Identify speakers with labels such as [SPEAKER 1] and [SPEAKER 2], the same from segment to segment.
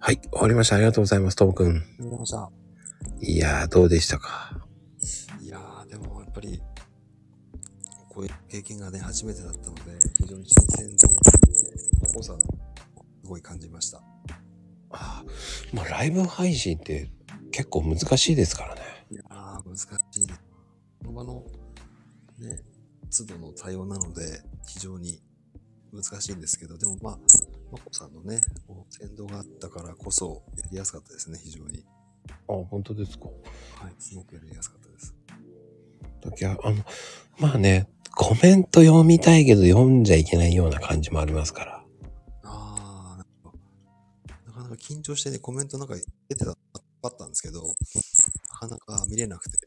[SPEAKER 1] はい、終わりました。ありがとうございます、ともくん。
[SPEAKER 2] 思いました。
[SPEAKER 1] いやー、どうでしたか
[SPEAKER 2] いやー、でもやっぱり、こういう経験がね、初めてだったので、非常に新鮮で、濃さをすごい感じました。
[SPEAKER 1] あーまあ、ライブ配信って結構難しいですからね。
[SPEAKER 2] いやー、難しいです。その場の、ね、都度の対応なので、非常に難しいんですけど、でもまあ、まこさんのね、こう先導があったからこそ、やりやすかったですね、非常に。
[SPEAKER 1] あ、本当ですか。
[SPEAKER 2] はい、すごくやりやすかったです。
[SPEAKER 1] 時は、あの、まあね、コメント読みたいけど読んじゃいけないような感じもありますから。
[SPEAKER 2] ああ、なんか、なかなか緊張してね、コメントなんか出てた、あったんですけど、なかなか見れなくて。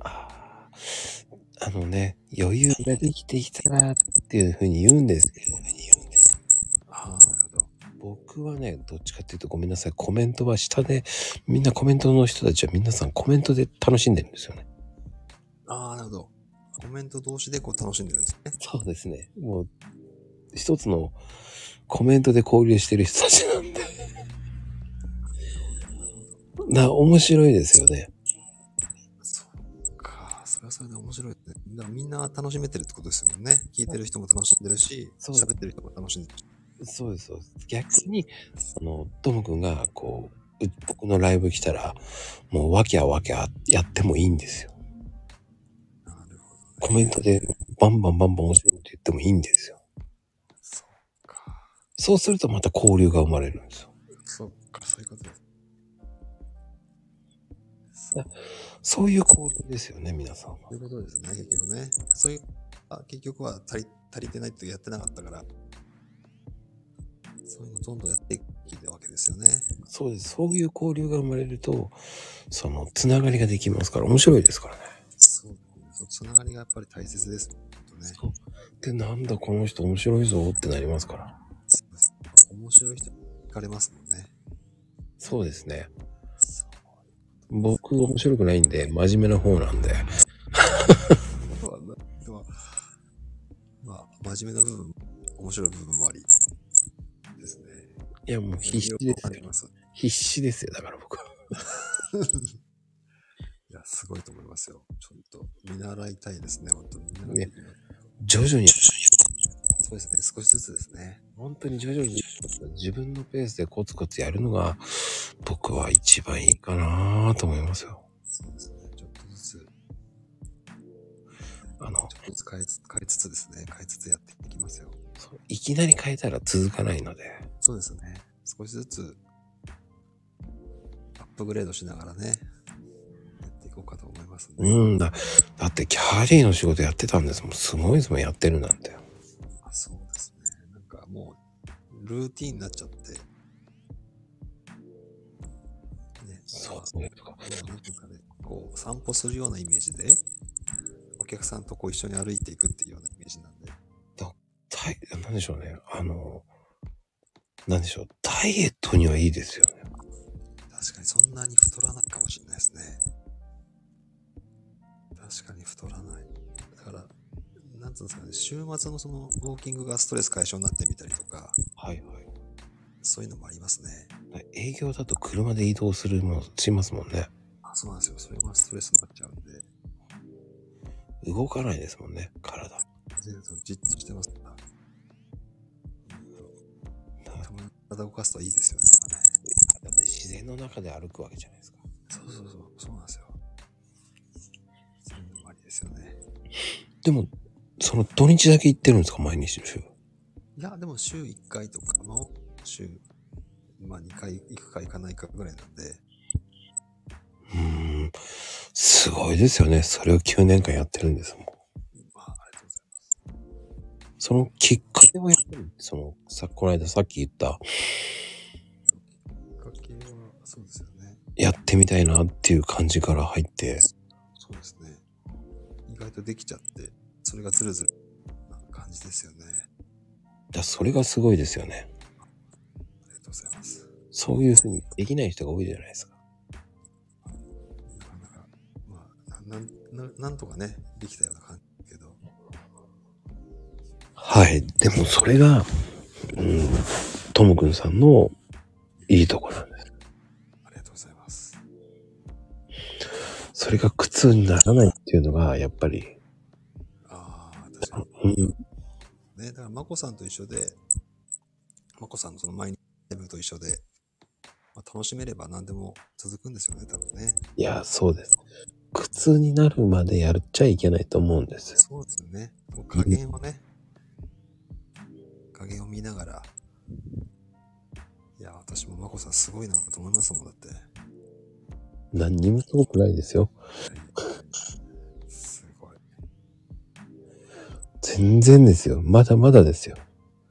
[SPEAKER 1] あーあのね、余裕ができてきたらっていうふうに言うんですけど、
[SPEAKER 2] ああ、なるほど。
[SPEAKER 1] 僕はね、どっちかっていうとごめんなさい、コメントは下で、みんなコメントの人たちは皆さんコメントで楽しんでるんですよね。
[SPEAKER 2] ああ、なるほど。コメント同士でこう楽しんでるんですね。
[SPEAKER 1] そうですね。もう、一つのコメントで交流してる人たちなん で。な、面白いですよね。
[SPEAKER 2] そっか、それはそれで面白いですね。だからみんな楽しめてるってことですよね。聞いてる人も楽しんでるし、
[SPEAKER 1] そうです
[SPEAKER 2] 喋ってる人も楽しんでるし。
[SPEAKER 1] そうです、そうです。逆に、あの、ともくんが、こう、う僕のライブ来たら、もう、わきゃわきゃやってもいいんですよ。
[SPEAKER 2] なるほど。
[SPEAKER 1] コメントで、バンバンバンバン面白いこと言ってもいいんですよ。
[SPEAKER 2] そっか。
[SPEAKER 1] そうすると、また交流が生まれるんですよ。
[SPEAKER 2] そっか、そういうことです。
[SPEAKER 1] そういう交流ですよね、皆さんは
[SPEAKER 2] そういうことですね、結局ね。そういう、あ結局は足り足りてないってやってなかったから、そういうのどんどんやっていくわけですよね。
[SPEAKER 1] そうです。そういう交流が生まれると、その、つながりができますから、面白いですからね。
[SPEAKER 2] そうですね。つながりがやっぱり大切ですもん。ほんとね。
[SPEAKER 1] そう。で、なんだ、この人面白いぞってなりますから。
[SPEAKER 2] そうです面白い人聞かれますもんね。
[SPEAKER 1] そうですね。
[SPEAKER 2] そう
[SPEAKER 1] 僕、面白くないんで、真面目な方なんで。
[SPEAKER 2] そうなんだ。でもまあ、真面目な部分、面白い部分もあり。ですね。
[SPEAKER 1] いや、もう必死です
[SPEAKER 2] あ
[SPEAKER 1] よ
[SPEAKER 2] り。ます。
[SPEAKER 1] 必死ですよ、だから僕は。
[SPEAKER 2] いや、すごいと思いますよ。ちょっと、見習いたいですね、本当に。見習いたい
[SPEAKER 1] 徐々に、
[SPEAKER 2] そうですね、少しずつですね。
[SPEAKER 1] 本当に徐々に、自分のペースでコツコツやるのが、僕は一番いいかなと思いますよ。
[SPEAKER 2] そうですね、ちょっとずつ、ち
[SPEAKER 1] あ
[SPEAKER 2] ょ
[SPEAKER 1] の
[SPEAKER 2] っ、とずつ変えつ変えつつですね、変えつつやっていきますよ。
[SPEAKER 1] そういきなり変えたら続かないので、
[SPEAKER 2] そうですね、少しずつ、アップグレードしながらね、やっていこうかと思いますね。
[SPEAKER 1] うんだ、だってキャリーの仕事やってたんですもん。すごいですもん、やってるなんて。
[SPEAKER 2] あそうですね、なんかもう、ルーティンになっちゃって、ね、
[SPEAKER 1] そう
[SPEAKER 2] まあ
[SPEAKER 1] ですか。
[SPEAKER 2] なんていうんですかね、こう、散歩するようなイメージで、お客さんとこう一緒に歩いていくっていうようなイメージなんで、
[SPEAKER 1] たい、なんでしょうね。あの、なんでしょう。ダイエットにはいいですよね。
[SPEAKER 2] 確かにそんなに太らないかもしれないですね。確かに太らない。だから、なんつうんですかね、週末のそのウォーキングがストレス解消になってみたりとか、
[SPEAKER 1] はいはい。
[SPEAKER 2] そういうのもありますね。
[SPEAKER 1] 営業だと車で移動するもの、しますもんね。
[SPEAKER 2] あそうなんですよ。それがストレスになっちゃうんで、
[SPEAKER 1] 動かないですもんね、体。
[SPEAKER 2] 全然じっとしてますから。たまに体動かすといいですよね。やっぱ
[SPEAKER 1] だ
[SPEAKER 2] ね
[SPEAKER 1] って自然の中で歩くわけじゃないですか。
[SPEAKER 2] そうそうそう、そうなんですよ。そういうのもありですよね。
[SPEAKER 1] でも、その土日だけ行ってるんですか、毎日の週。
[SPEAKER 2] いや、でも週1回とかも、週、まあ2回行くか行かないかぐらいなんで、
[SPEAKER 1] うーん。すごいですよね。それを9年間やってるんですもん。
[SPEAKER 2] まあ、ありがとうございます。
[SPEAKER 1] そのきっかけをやってる。その、さ、この間さっき言った、
[SPEAKER 2] きっかけは、そうですよね。
[SPEAKER 1] やってみたいなっていう感じから入って、
[SPEAKER 2] そうですね。意外とできちゃって、それがずるずるな感じですよね。
[SPEAKER 1] だそれがすごいですよね。
[SPEAKER 2] ありがとうございます。
[SPEAKER 1] そういうふうにできない人が多いじゃないですか。
[SPEAKER 2] なかなか、まあ、ななんななんとかね、できたような感じだけど、
[SPEAKER 1] はい。でもそれが、うん、ともくんさんの、いいとこなんです。
[SPEAKER 2] ありがとうございます。
[SPEAKER 1] それが苦痛にならないっていうのが、やっぱり、
[SPEAKER 2] ああ、確かに。
[SPEAKER 1] うん、
[SPEAKER 2] ね、だから、まこさんと一緒で、まこさんのその毎日ライブと一緒で、まあ、楽しめれば何でも続くんですよね、多分ね。
[SPEAKER 1] いや、そうです。苦痛になるまでやっちゃいけないと思うんですよ。
[SPEAKER 2] そうですよね。もう加減をね、加減を見ながら、いや、私もまこさんすごいなと思いますもん、だって。
[SPEAKER 1] 何にもすごくないですよ。
[SPEAKER 2] すごい、
[SPEAKER 1] 全然ですよ。まだまだですよ。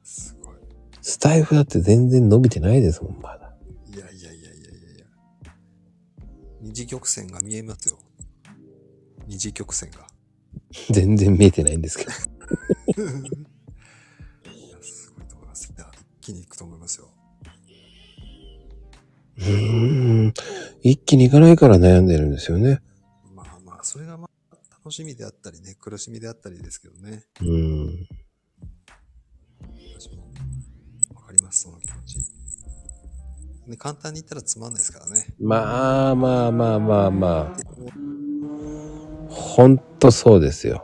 [SPEAKER 2] すごい。
[SPEAKER 1] スタイフだって全然伸びてないですもん、まだ。
[SPEAKER 2] いやいやいやいやいやいや。二次曲線が見えますよ。二次曲線が。
[SPEAKER 1] 全然見えてないんですけど。
[SPEAKER 2] いや、すごいと思います。いや、一気に行くと思いますよ。
[SPEAKER 1] うーん。一気にいかないから悩んでるんですよね。
[SPEAKER 2] まあまあ、それがまあ、楽しみであったりね、苦しみであったりですけどね。
[SPEAKER 1] うん。
[SPEAKER 2] 私も、わかります、その気持ち。ね、簡単に言ったらつまんないですからね。
[SPEAKER 1] まあまあまあまあまあ。ほんとそうですよ。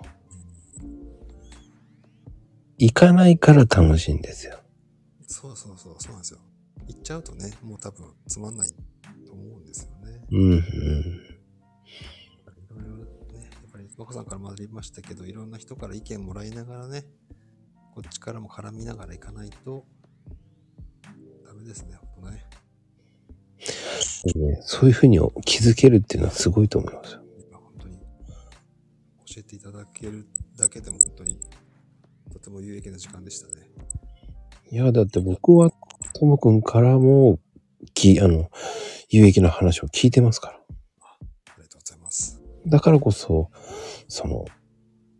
[SPEAKER 1] 行かないから楽しいんですよ。
[SPEAKER 2] そうそうそう、そうなんですよ。行っちゃうとね、もう多分つまんないと思うんですよね。
[SPEAKER 1] うん、うん。
[SPEAKER 2] いろいろね、やっぱり、和子さんから学びましたけど、いろんな人から意見もらいながらね、こっちからも絡みながらいかないと、ダメですね、ほんとね。
[SPEAKER 1] ねそういうふうに気づけるっていうのはすごいと思いますよ。
[SPEAKER 2] 今本当に、教えていただけるだけでも本当に、とても有益な時間でしたね。
[SPEAKER 1] いや、だって僕はともくんからも、き、あの、有益な話を聞いてますから。
[SPEAKER 2] ありがとうございます。
[SPEAKER 1] だからこそ、その、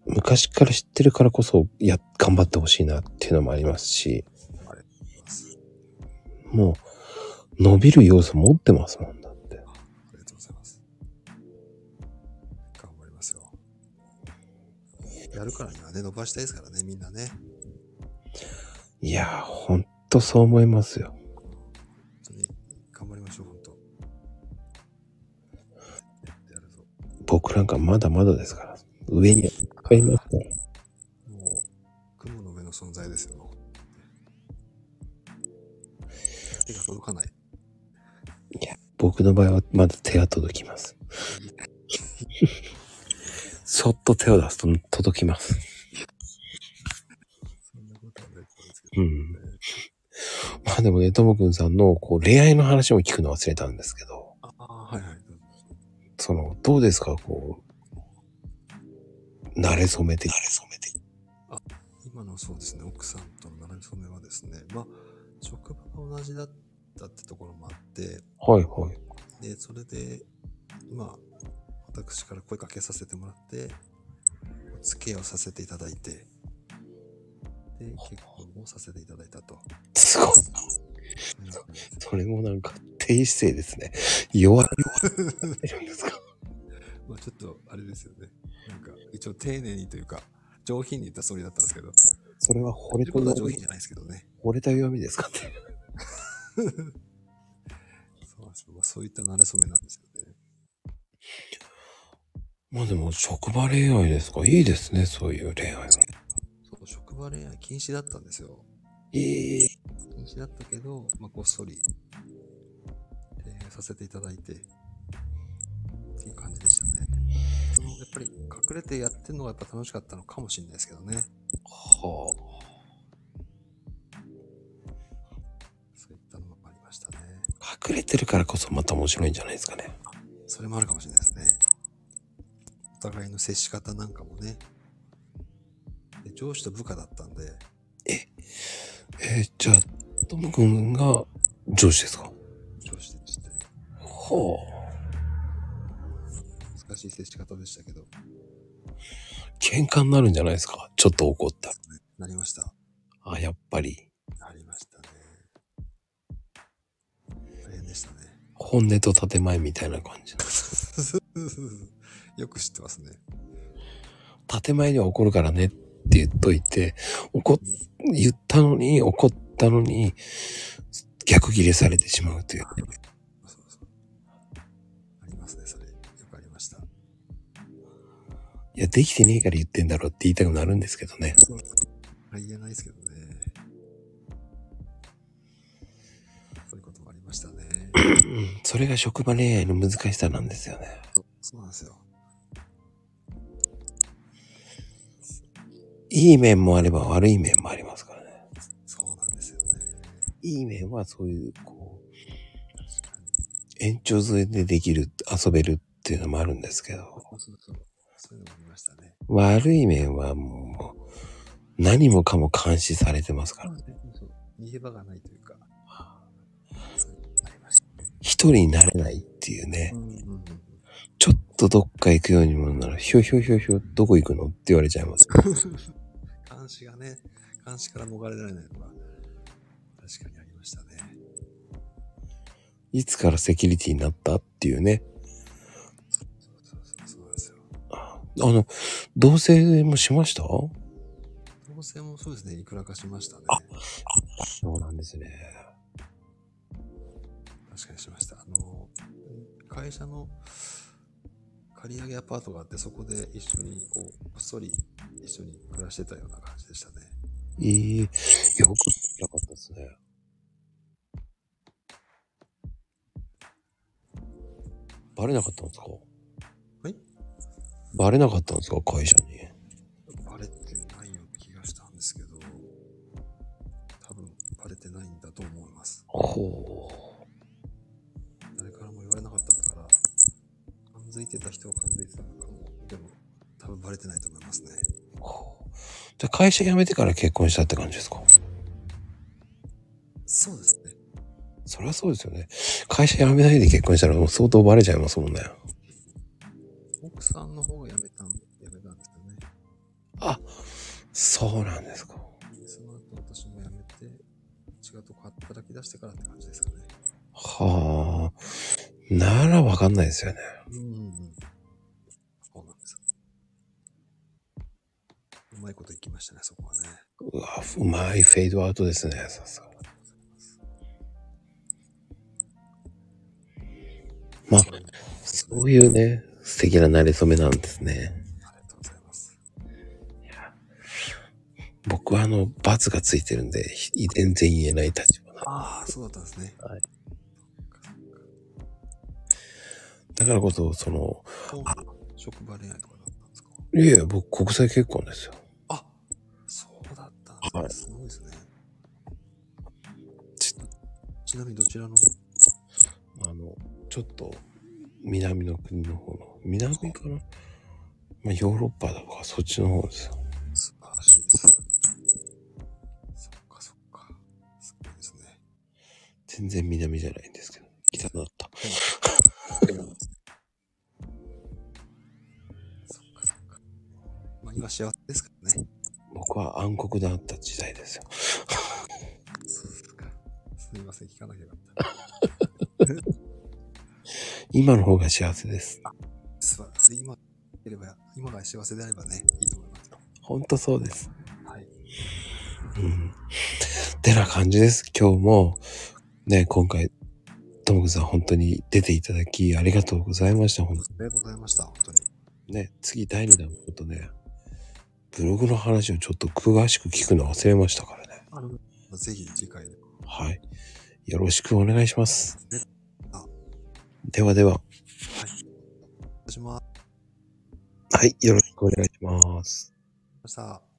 [SPEAKER 1] 昔から知ってるからこそ、いや、頑張ってほしいなっていうのもありますし、
[SPEAKER 2] あります
[SPEAKER 1] もう、伸びる要素持ってますもんだって。
[SPEAKER 2] ありがとうございます。頑張りますよ。やるからにはね、伸ばしたいですからね、みんなね。
[SPEAKER 1] いやー、ほんとそう思いますよ。
[SPEAKER 2] 本当に頑張りましょう、本当。やってやるぞ。
[SPEAKER 1] 僕なんかまだまだですから。上に買いますから。
[SPEAKER 2] もう、雲の上の存在ですよ。手が届かない。
[SPEAKER 1] 僕の場合はまだ手が届きます。そっと手を出すと届きます。
[SPEAKER 2] そんなことはないと思うんですけ
[SPEAKER 1] うん。
[SPEAKER 2] ど。
[SPEAKER 1] まあでもね、ともくんさんのこう恋愛の話も聞くの忘れたんですけど、
[SPEAKER 2] ああー、はいはい。どうぞ
[SPEAKER 1] その、どうですか、こう、慣れ染めて。慣れ染めて。
[SPEAKER 2] 今のそうですね、奥さんとの並び染めはですね、まあ、職場が同じだったってところもあって、
[SPEAKER 1] はいはい。
[SPEAKER 2] で、それで、まあ、私から声かけさせてもらって、お付き合いをさせていただいて、で、結婚をさせていただいたと。
[SPEAKER 1] すごい。それもなんか、低姿勢ですね。弱い。
[SPEAKER 2] まあ、ちょっと、あれですよね。なんか、一応丁寧にというか、上品に言ったつもりだったんですけど、
[SPEAKER 1] それは惚れ
[SPEAKER 2] 自
[SPEAKER 1] た
[SPEAKER 2] 分は
[SPEAKER 1] 弱
[SPEAKER 2] 上品
[SPEAKER 1] み
[SPEAKER 2] じ、ゃないですけどね。
[SPEAKER 1] 惚れた弱みですかね。
[SPEAKER 2] そうなんですよ。まあ、そういった慣れ初めなんですよね。
[SPEAKER 1] まあでも、職場恋愛ですか。いいですね、そういう恋愛は。
[SPEAKER 2] そう、職場恋愛禁止だったんですよ。
[SPEAKER 1] ええ
[SPEAKER 2] 禁止だったけど、まあ、こっそり、えーさせていただいて、っていう感じでしたね。そのやっぱり隠れてやってるのがやっぱ楽しかったのかもしれないですけどね。
[SPEAKER 1] はあ。
[SPEAKER 2] そういったのもありましたね。
[SPEAKER 1] 隠れてるからこそまた面白いんじゃないですかね。
[SPEAKER 2] それもあるかもしれないですね。お互いの接し方なんかもね。で上司と部下だったんで、
[SPEAKER 1] えー、じゃあ、ともくんが上司ですか
[SPEAKER 2] 上司でして、
[SPEAKER 1] はあ。
[SPEAKER 2] 難しい接し方でしたけど、
[SPEAKER 1] 喧嘩になるんじゃないですかちょっと怒った。
[SPEAKER 2] なりました。
[SPEAKER 1] あ、やっぱり。
[SPEAKER 2] なりましたね。大変でしたね。
[SPEAKER 1] 本音と建前みたいな感じ。
[SPEAKER 2] よく知ってますね。
[SPEAKER 1] 建前には怒るからねって言っといて、怒っ、言ったのに、怒ったのに、逆切れされてしまうという。
[SPEAKER 2] そうそう。ありますね、それ。よくありました。
[SPEAKER 1] いや、できてねえから言ってんだろうって言いたくなるんですけどね。
[SPEAKER 2] そうありえないですけどね。そういうこともありましたね。
[SPEAKER 1] うんそれが職場恋愛の難しさなんですよね。
[SPEAKER 2] そうそうなんですよ。
[SPEAKER 1] いい面もあれば悪い面もありますからね。
[SPEAKER 2] そうなんですよね。
[SPEAKER 1] いい面はそういう、こう、
[SPEAKER 2] 確かに。
[SPEAKER 1] 延長沿いでできる、遊べるっていうのもあるんですけど、
[SPEAKER 2] そうそうそう。そういうのもありましたね。
[SPEAKER 1] 悪い面はもう、何もかも監視されてますから。
[SPEAKER 2] そう逃げ場がないというか。そういうのもありました。
[SPEAKER 1] 一人になれないっていうね
[SPEAKER 2] う。んうんうん。
[SPEAKER 1] ちょっとどっか行くようにもなら、ひょひょひょひょ、どこ行くのって言われちゃい ます。
[SPEAKER 2] 監視がね、監視から逃れられないのが、確かにありましたね。
[SPEAKER 1] いつからセキュリティになったっていうね。
[SPEAKER 2] そうそうそう、そうなんですよ。
[SPEAKER 1] ああの、同棲もしました
[SPEAKER 2] 当選もそうですね、いくらかしましたね。
[SPEAKER 1] そうなんですね。
[SPEAKER 2] 確かにしました。あの、会社の借り上げアパートがあって、そこで一緒に、こう、こっそり一緒に暮らしてたような感じでしたね。
[SPEAKER 1] ええよくなかったですね。バレなかったんですか
[SPEAKER 2] はい
[SPEAKER 1] バレなかったんですか会社に。
[SPEAKER 2] バレてないような気がしたんですけど、多分バレてないんだと思います。
[SPEAKER 1] ほ
[SPEAKER 2] 誰からも言われなかったから、感づいてた人は感づいてたのかも。でも、多分バレてないと思いますね。
[SPEAKER 1] う。ほうじゃあ会社辞めてから結婚したって感じですか
[SPEAKER 2] そうですね。
[SPEAKER 1] そりゃそうですよね。会社辞めないで結婚したらもう相当バレちゃいますもんね。
[SPEAKER 2] 奥さんの方が辞めたん、辞めたんですよね。
[SPEAKER 1] そうなんですか。
[SPEAKER 2] その後私も辞めて、違うとこ働き出してからって感じですかね。
[SPEAKER 1] はあ。ならわかんないですよね。
[SPEAKER 2] うんうんうん。そうなんですよ。うまいこといきましたね、そこはね。
[SPEAKER 1] うわ、うまいフェードアウトですね。さすが。まあ
[SPEAKER 2] それも
[SPEAKER 1] そういうね、素敵な馴れ初めなんですね。
[SPEAKER 2] ありがとうございます。
[SPEAKER 1] 僕はあの、罰がついてるんで、ひ全然言えない立場な。
[SPEAKER 2] ああ、そうだったんですね。
[SPEAKER 1] だからこそ、その、
[SPEAKER 2] 職場恋愛とかだったんですか
[SPEAKER 1] いやいや、僕国際結婚ですよ。
[SPEAKER 2] あそうだったんですね。
[SPEAKER 1] はい
[SPEAKER 2] すごいですね。
[SPEAKER 1] ち
[SPEAKER 2] ちちなみにどちらの
[SPEAKER 1] あの、ちょっと、南の国の方の、南かなまあ、ヨーロッパだとか、そっちの方ですよ。
[SPEAKER 2] 素晴らしいです。そっかそっか。すごいですね。
[SPEAKER 1] 全然南じゃないんですけど、北だった。
[SPEAKER 2] そっかそっか。まあ今幸せですからね。
[SPEAKER 1] 僕は暗黒であった時代ですよ。
[SPEAKER 2] そうですか。すみません、聞かなきゃよかった。
[SPEAKER 1] 今の方が幸せです。
[SPEAKER 2] すば今いれば、今が幸せであればね、いいと思いますよ。
[SPEAKER 1] ほんとそうです。
[SPEAKER 2] はい。
[SPEAKER 1] うん。てな感じです。今日も、ね、今回、ともくんさん本当に出ていただきありがとうございました。ほん
[SPEAKER 2] ありがとうございました、本当に。
[SPEAKER 1] ね、次第2弾のことね、ブログの話をちょっと詳しく聞くの忘れましたからね。
[SPEAKER 2] あの、ぜひ次回で。
[SPEAKER 1] はい。よろしくお願いします
[SPEAKER 2] ねあ。
[SPEAKER 1] ではでは、
[SPEAKER 2] 私もありがとう
[SPEAKER 1] はい、よろしくお願いします。
[SPEAKER 2] ございました。